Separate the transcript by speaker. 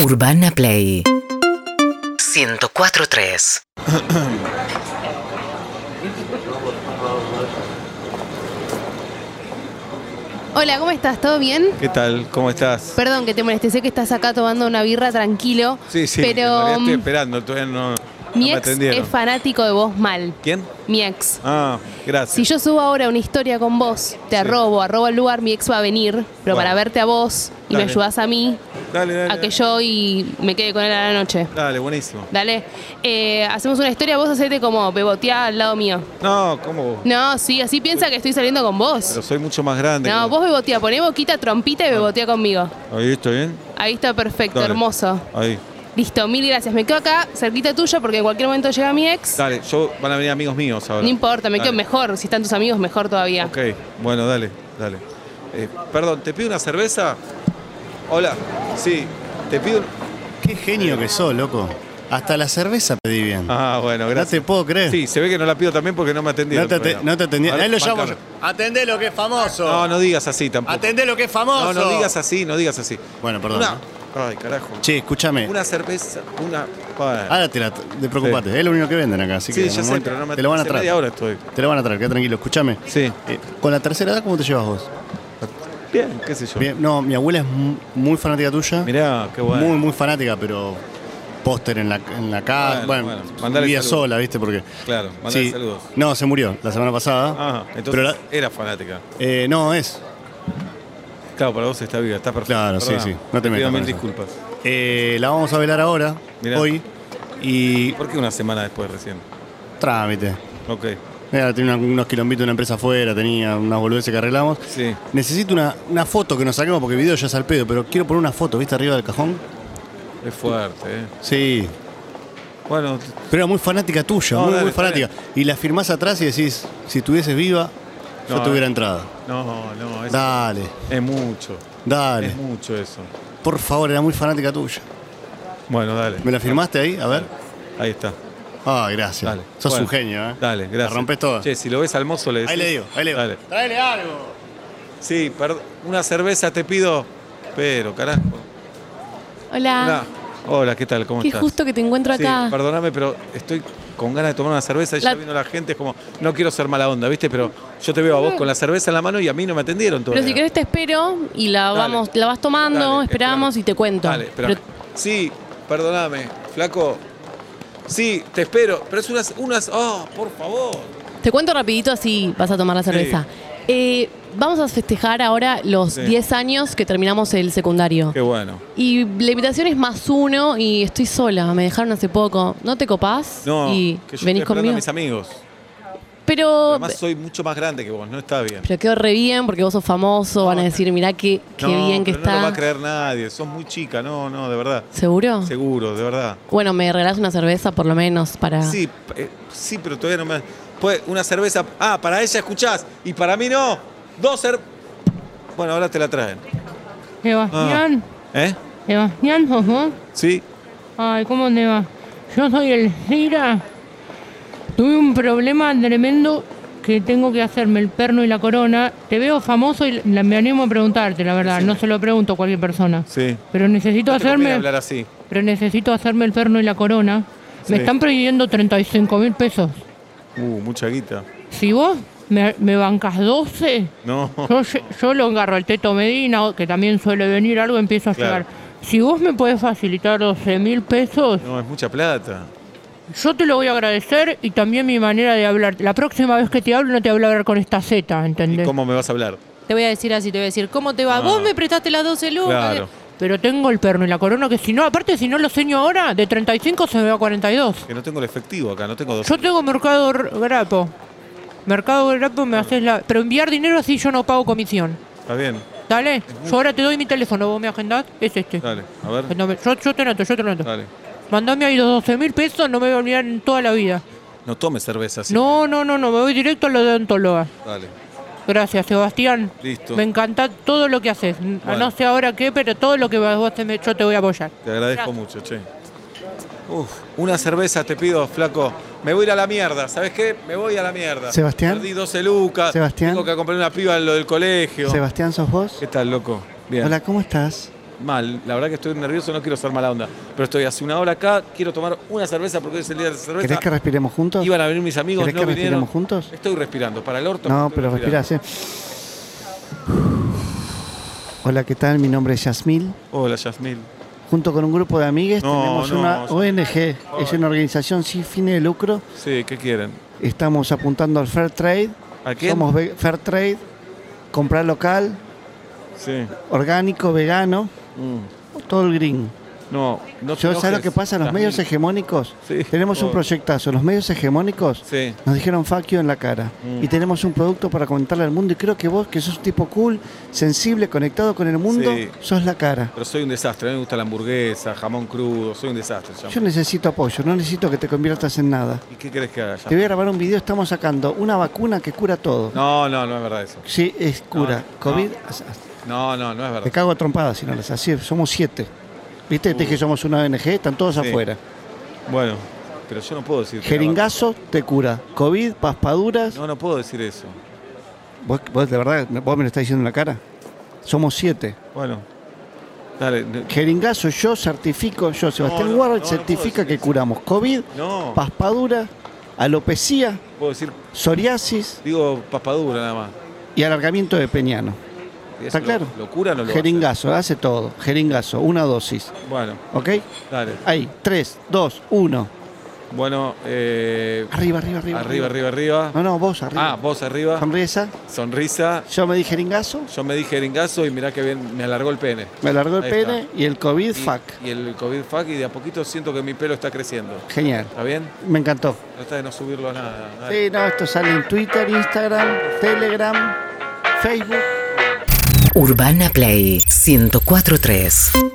Speaker 1: Urbana Play 104.3
Speaker 2: Hola, ¿cómo estás? ¿Todo bien?
Speaker 3: ¿Qué tal? ¿Cómo estás?
Speaker 2: Perdón que te moleste, sé que estás acá tomando una birra tranquilo.
Speaker 3: Sí, sí, en
Speaker 2: pero
Speaker 3: realidad estoy
Speaker 2: mm,
Speaker 3: esperando, todavía no, no
Speaker 2: mi
Speaker 3: me
Speaker 2: ex
Speaker 3: atendieron.
Speaker 2: es fanático de vos mal.
Speaker 3: ¿Quién?
Speaker 2: Mi ex.
Speaker 3: Ah,
Speaker 2: Si
Speaker 3: gracias.
Speaker 2: yo subo ahora una historia con vos, te arrobo, arrobo al lugar, mi ex va a venir, pero
Speaker 3: Bueno.
Speaker 2: para verte a vos y me
Speaker 3: Dale.
Speaker 2: ayudás a mí,
Speaker 3: dale, dale.
Speaker 2: a que yo y me quede con él a la noche.
Speaker 3: Dale, buenísimo.
Speaker 2: Dale, Eh, hacemos una historia, vos hacete como beboteá al lado mío.
Speaker 3: No, ¿cómo vos?
Speaker 2: No, sí, así piensa que estoy saliendo con vos.
Speaker 3: Pero soy mucho más grande.
Speaker 2: No,
Speaker 3: que
Speaker 2: vos beboteá, poné boquita, trompita y beboteá conmigo.
Speaker 3: Ahí, ¿está bien?
Speaker 2: Ahí está perfecto,
Speaker 3: Ah. Dale.
Speaker 2: hermoso.
Speaker 3: Ahí.
Speaker 2: Listo, mil gracias. Me quedo acá, cerquita tuya, porque en cualquier momento llega mi ex.
Speaker 3: Dale, yo van a venir amigos míos ahora.
Speaker 2: No importa, me quedo
Speaker 3: Dale.
Speaker 2: mejor. Si están tus amigos, mejor todavía.
Speaker 3: Ok, bueno, dale, dale. Eh, perdón, ¿te pido una cerveza? Hola, sí, te pido... un-
Speaker 4: Qué genio que sos, loco. Hasta la cerveza pedí bien.
Speaker 3: Ah, bueno,
Speaker 4: no
Speaker 3: gracias.
Speaker 4: te puedo creer.
Speaker 3: Sí, se ve que no la pido también porque no me
Speaker 4: no
Speaker 3: atendieron.
Speaker 4: te, te-
Speaker 3: Bueno.
Speaker 4: no te atendí.
Speaker 3: Ahora,
Speaker 4: Ahí lo llamo yo.
Speaker 3: bancame.
Speaker 4: Atendé lo que es famoso.
Speaker 3: No, no digas así tampoco.
Speaker 4: Atendé lo que es famoso.
Speaker 3: No, no digas así, no digas así.
Speaker 4: Bueno, perdón.
Speaker 3: Una- Ay, carajo.
Speaker 4: Che, escúchame.
Speaker 3: Una cerveza, una. Bueno.
Speaker 4: Ahora te la. Te preocupate. Es lo único que venden acá. Así
Speaker 3: sí,
Speaker 4: que
Speaker 3: ya
Speaker 4: en un
Speaker 3: sé,
Speaker 4: momento
Speaker 3: pero no me
Speaker 4: Te lo van a
Speaker 3: hace media
Speaker 4: traer.
Speaker 3: hora estoy.
Speaker 4: Te lo van a traer, queda tranquilo. Escúchame.
Speaker 3: Sí.
Speaker 4: Eh, con la tercera edad, ¿cómo te llevas vos?
Speaker 3: Bien, qué sé yo.
Speaker 4: Bien, No, mi abuela es mu- muy fanática tuya.
Speaker 3: Mirá, qué bueno.
Speaker 4: Muy, muy fanática, pero póster en la, en la casa.
Speaker 3: Bueno,
Speaker 4: Bueno,
Speaker 3: bueno, mandale
Speaker 4: vivía
Speaker 3: saludos.
Speaker 4: sola, ¿viste? Porque.
Speaker 3: Claro, mandale saludos.
Speaker 4: No, se murió la semana pasada.
Speaker 3: Ah, entonces
Speaker 4: Pero la-
Speaker 3: era fanática.
Speaker 4: eh, no, es.
Speaker 3: Claro, para vos está viva, está perfecto.
Speaker 4: Claro, sí,
Speaker 3: Perdona,
Speaker 4: sí. No te
Speaker 3: pido
Speaker 4: metas. con
Speaker 3: mil
Speaker 4: eso.
Speaker 3: disculpas.
Speaker 4: Eh, la vamos a velar ahora,
Speaker 3: Mirá.
Speaker 4: hoy. Y.
Speaker 3: ¿Por qué una semana después recién?
Speaker 4: Trámite.
Speaker 3: Ok,
Speaker 4: Mira, tenía una- unos quilombitos de una empresa afuera, tenía unas boludeces que arreglamos.
Speaker 3: sí.
Speaker 4: Necesito una, una foto que nos saquemos porque el video ya es al pedo, pero quiero poner una foto, ¿viste? Arriba del cajón.
Speaker 3: Es fuerte, ¿eh?
Speaker 4: Sí.
Speaker 3: Bueno,
Speaker 4: Pero era muy fanática tuya,
Speaker 3: No,
Speaker 4: muy,
Speaker 3: dale,
Speaker 4: muy
Speaker 3: está
Speaker 4: fanática. Y la firmás atrás y decís, si estuvieses viva, yo
Speaker 3: No,
Speaker 4: te hubiera
Speaker 3: eh.
Speaker 4: entrado.
Speaker 3: no, no, es,
Speaker 4: Dale,
Speaker 3: es mucho.
Speaker 4: dale.
Speaker 3: Es mucho eso.
Speaker 4: Por favor, era muy fanática tuya.
Speaker 3: Bueno, dale.
Speaker 4: ¿Me la firmaste ahí? A ver.
Speaker 3: Ahí está.
Speaker 4: Ah, gracias.
Speaker 3: Dale.
Speaker 4: Sos
Speaker 3: Bueno,
Speaker 4: un genio, ¿eh?
Speaker 3: Dale, gracias.
Speaker 4: La rompes toda.
Speaker 3: Che, si lo ves al mozo le decís.
Speaker 4: ahí le digo, ahí le digo.
Speaker 3: Dale.
Speaker 4: Traele algo.
Speaker 3: Sí, perd- una cerveza te pido, pero carajo.
Speaker 5: Hola.
Speaker 3: Una- Hola, ¿qué tal? ¿Cómo
Speaker 5: Ah. Qué
Speaker 3: estás?
Speaker 5: justo que te encuentro
Speaker 3: Sí,
Speaker 5: acá.
Speaker 3: perdóname, pero estoy con ganas de tomar una cerveza y ya
Speaker 5: La-
Speaker 3: viendo la gente es como, no quiero ser mala onda, ¿viste? Pero yo te veo a vos con la cerveza en la mano y a mí no me atendieron todavía.
Speaker 5: Pero si querés te espero y la
Speaker 3: Dale.
Speaker 5: vamos, la vas tomando,
Speaker 3: Dale,
Speaker 5: esperamos
Speaker 3: espera.
Speaker 5: y te cuento.
Speaker 3: Dale, espera. Sí, perdóname, flaco. Sí, te espero, pero es unas, unas, oh, por favor.
Speaker 5: Pero te cuento rapidito así vas a tomar la cerveza. Eh, vamos a festejar ahora los
Speaker 3: Sí.
Speaker 5: 10 años que terminamos el secundario.
Speaker 3: Qué bueno.
Speaker 5: Y la invitación es más uno y estoy sola, me dejaron hace poco. ¿No te copás?
Speaker 3: No,
Speaker 5: y
Speaker 3: que yo
Speaker 5: venís
Speaker 3: estoy esperando
Speaker 5: conmigo.
Speaker 3: a mis amigos.
Speaker 5: Pero,
Speaker 3: Además soy mucho más grande que vos, no está bien.
Speaker 5: pero quedó re bien porque vos sos famoso, van a decir, mirá qué, qué
Speaker 3: no,
Speaker 5: bien que
Speaker 3: pero
Speaker 5: está.
Speaker 3: No lo va a creer nadie, sos muy chica, no, no, de verdad.
Speaker 5: ¿Seguro?
Speaker 3: Seguro, de verdad.
Speaker 5: Bueno, me regalás una cerveza por lo menos para.
Speaker 3: Sí, eh, sí, pero todavía no me. Pues una cerveza. Ah, para ella escuchás y para mí no. Dos cer. Bueno, ahora te la traen.
Speaker 6: Sebastián,
Speaker 3: ¿Eh?
Speaker 6: Sebastián, ¿sos vos?
Speaker 3: Sí.
Speaker 6: Ay, ¿cómo te va? Yo soy el Cira. Tuve un problema tremendo que tengo que hacerme el perno y la corona. Te veo famoso y la- me animo a preguntarte, la verdad. No se lo pregunto a cualquier persona.
Speaker 3: Sí.
Speaker 6: Pero necesito
Speaker 3: No te conviene
Speaker 6: hacerme
Speaker 3: hablar así.
Speaker 6: pero necesito hacerme el perno y la corona.
Speaker 3: Sí.
Speaker 6: Me están pidiendo 35 mil pesos.
Speaker 3: Uh, mucha guita.
Speaker 6: Si vos me, me bancas 12,
Speaker 3: No.
Speaker 6: Yo, lle- yo lo engarro al Teto Medina, o- que también suele venir algo, empiezo a
Speaker 3: Claro.
Speaker 6: llegar. Si vos me podés facilitar 12 mil pesos,
Speaker 3: No, es mucha plata.
Speaker 6: yo te lo voy a agradecer y también mi manera de hablar. La próxima vez que te hablo, no te voy a hablar con esta Z,
Speaker 3: ¿Y
Speaker 6: ¿entendés?
Speaker 3: cómo me vas a hablar?
Speaker 5: Te voy a decir así, te voy a decir, ¿cómo te va?
Speaker 3: Ah.
Speaker 5: Vos me prestaste las 12 lucas.
Speaker 3: Claro.
Speaker 6: Pero tengo el perno y la corona, que si no, aparte, si no lo ceño ahora, de 35 se me va a 42.
Speaker 3: Que no tengo el efectivo acá, no tengo dos.
Speaker 6: Yo tengo Mercado R- Grapo. Mercado Grapo me haces la. Pero enviar dinero así yo no pago comisión.
Speaker 3: Está bien.
Speaker 6: Dale, yo ahora te doy mi teléfono, vos me agendás, es este.
Speaker 3: Dale, a ver.
Speaker 6: No, yo, yo te noto, yo te noto.
Speaker 3: Dale.
Speaker 6: Mandame ahí los 12 mil pesos, no me voy a olvidar en toda la vida.
Speaker 3: No tomes cerveza así.
Speaker 6: No, no, no, no, me voy directo a la odontóloga.
Speaker 3: Dale.
Speaker 6: Gracias, Sebastián.
Speaker 3: Listo.
Speaker 6: Me encanta todo lo que haces.
Speaker 3: Bueno.
Speaker 6: No sé ahora qué, pero todo lo que vos haces, me- yo te voy a apoyar.
Speaker 3: Te agradezco mucho, che. Uf, una cerveza te pido, flaco. Me voy a ir a la mierda, ¿sabes qué? Me voy a la mierda.
Speaker 4: Sebastián.
Speaker 3: Perdí 12 lucas.
Speaker 4: Sebastián.
Speaker 3: Tengo que acompañar una piba en lo del colegio.
Speaker 4: Sebastián, ¿sos vos?
Speaker 3: ¿Qué tal, loco? Bien.
Speaker 4: Hola, ¿cómo estás?
Speaker 3: mal. La verdad que estoy nervioso, no quiero ser mala onda. Pero estoy hace una hora acá, quiero tomar una cerveza porque hoy es el día de la cerveza.
Speaker 7: ¿Querés que respiremos juntos?
Speaker 3: Iban a venir mis amigos,
Speaker 7: ¿Querés
Speaker 3: no
Speaker 7: que
Speaker 3: vinieron.
Speaker 7: respiremos juntos?
Speaker 3: Estoy respirando, para el orto.
Speaker 7: No,
Speaker 3: estoy
Speaker 7: pero respira
Speaker 3: respirando.
Speaker 7: así. Hola, ¿qué tal? Mi nombre es Yasmil.
Speaker 3: Hola, Yasmil.
Speaker 7: Junto con un grupo de amigues
Speaker 3: No,
Speaker 7: tenemos
Speaker 3: no,
Speaker 7: una
Speaker 3: sí.
Speaker 7: ONG, es una organización sin fines de lucro.
Speaker 3: Sí, ¿qué quieren?
Speaker 7: Estamos apuntando al Fair Trade.
Speaker 3: ¿A quién?
Speaker 7: Somos ve- Fair Trade, comprar local,
Speaker 3: Sí.
Speaker 7: orgánico, vegano,
Speaker 3: Mm.
Speaker 7: todo el green.
Speaker 3: No, no te
Speaker 7: Yo, ¿Sabes lo
Speaker 3: enojes,
Speaker 7: que pasa? Los
Speaker 3: Yasmil.
Speaker 7: medios hegemónicos,
Speaker 3: Sí.
Speaker 7: tenemos un
Speaker 3: Oh.
Speaker 7: proyectazo. Los medios hegemónicos
Speaker 3: Sí.
Speaker 7: nos dijeron fuck you en la cara.
Speaker 3: Mm.
Speaker 7: Y tenemos un producto para comentarle al mundo. Y creo que vos, que sos un tipo cool, sensible, conectado con el mundo,
Speaker 3: Sí.
Speaker 7: sos la cara.
Speaker 3: Pero soy un desastre. A mí me gusta la hamburguesa, jamón crudo. Soy un desastre, Yasmil.
Speaker 7: Yo necesito apoyo, no necesito que te conviertas en nada.
Speaker 3: ¿Y qué querés que haga,
Speaker 7: Te
Speaker 3: Yasmil?
Speaker 7: voy a grabar un video, estamos sacando una vacuna que cura todo.
Speaker 3: No, no, no es verdad eso.
Speaker 7: Sí, es cura.
Speaker 3: no.
Speaker 7: COVID,
Speaker 3: No, no, no es
Speaker 7: te
Speaker 3: verdad.
Speaker 7: cago a trompadas si no las así. Somos siete. ¿Viste? Te dije, somos una ONG, están todos
Speaker 3: Uh. Sí.
Speaker 7: afuera.
Speaker 3: Bueno, pero yo no puedo decir. que la
Speaker 7: Jeringazo te cura. COVID, paspaduras.
Speaker 3: vacu- No, no puedo decir eso.
Speaker 7: ¿Vos, vos, de verdad, vos me lo estás diciendo en la cara. Somos siete.
Speaker 3: Bueno, dale. ne-
Speaker 7: Jeringazo, yo certifico, yo, Sebastián
Speaker 3: no,
Speaker 7: Warren,
Speaker 3: no, no puedo
Speaker 7: certifica
Speaker 3: decir
Speaker 7: que
Speaker 3: eso.
Speaker 7: curamos COVID,
Speaker 3: No,
Speaker 7: paspadura, alopecia,
Speaker 3: puedo decir,
Speaker 7: psoriasis
Speaker 3: digo papadura nada más.
Speaker 7: y alargamiento de peñano.
Speaker 3: Y
Speaker 7: ¿Está
Speaker 3: eso
Speaker 7: claro?
Speaker 3: Lo, locura no lo va a hacer.
Speaker 7: Jeringazo, hace todo. Jeringazo, una dosis.
Speaker 3: Bueno,
Speaker 7: ¿Ok?
Speaker 3: dale.
Speaker 7: Ahí, 3, 2, 1.
Speaker 3: Bueno, eh,
Speaker 7: Arriba, arriba, arriba.
Speaker 3: arriba, arriba, arriba.
Speaker 7: No, no, vos arriba.
Speaker 3: Ah, vos arriba.
Speaker 7: Sonrisa.
Speaker 3: Sonrisa.
Speaker 7: Yo me di jeringazo,
Speaker 3: Yo me dije jeringazo y mirá que bien, me alargó el pene.
Speaker 7: me alargó el
Speaker 3: Ahí
Speaker 7: pene
Speaker 3: está.
Speaker 7: y el COVID,
Speaker 3: Y-
Speaker 7: fuck.
Speaker 3: Y el COVID fuck y de a poquito siento que mi pelo está creciendo.
Speaker 7: Genial.
Speaker 3: ¿Está bien?
Speaker 7: Me encantó.
Speaker 3: Trata de no subirlo a nada. dale.
Speaker 7: Sí, no, esto sale en Twitter, Instagram, Telegram, Facebook.
Speaker 1: Urbana Play 1043.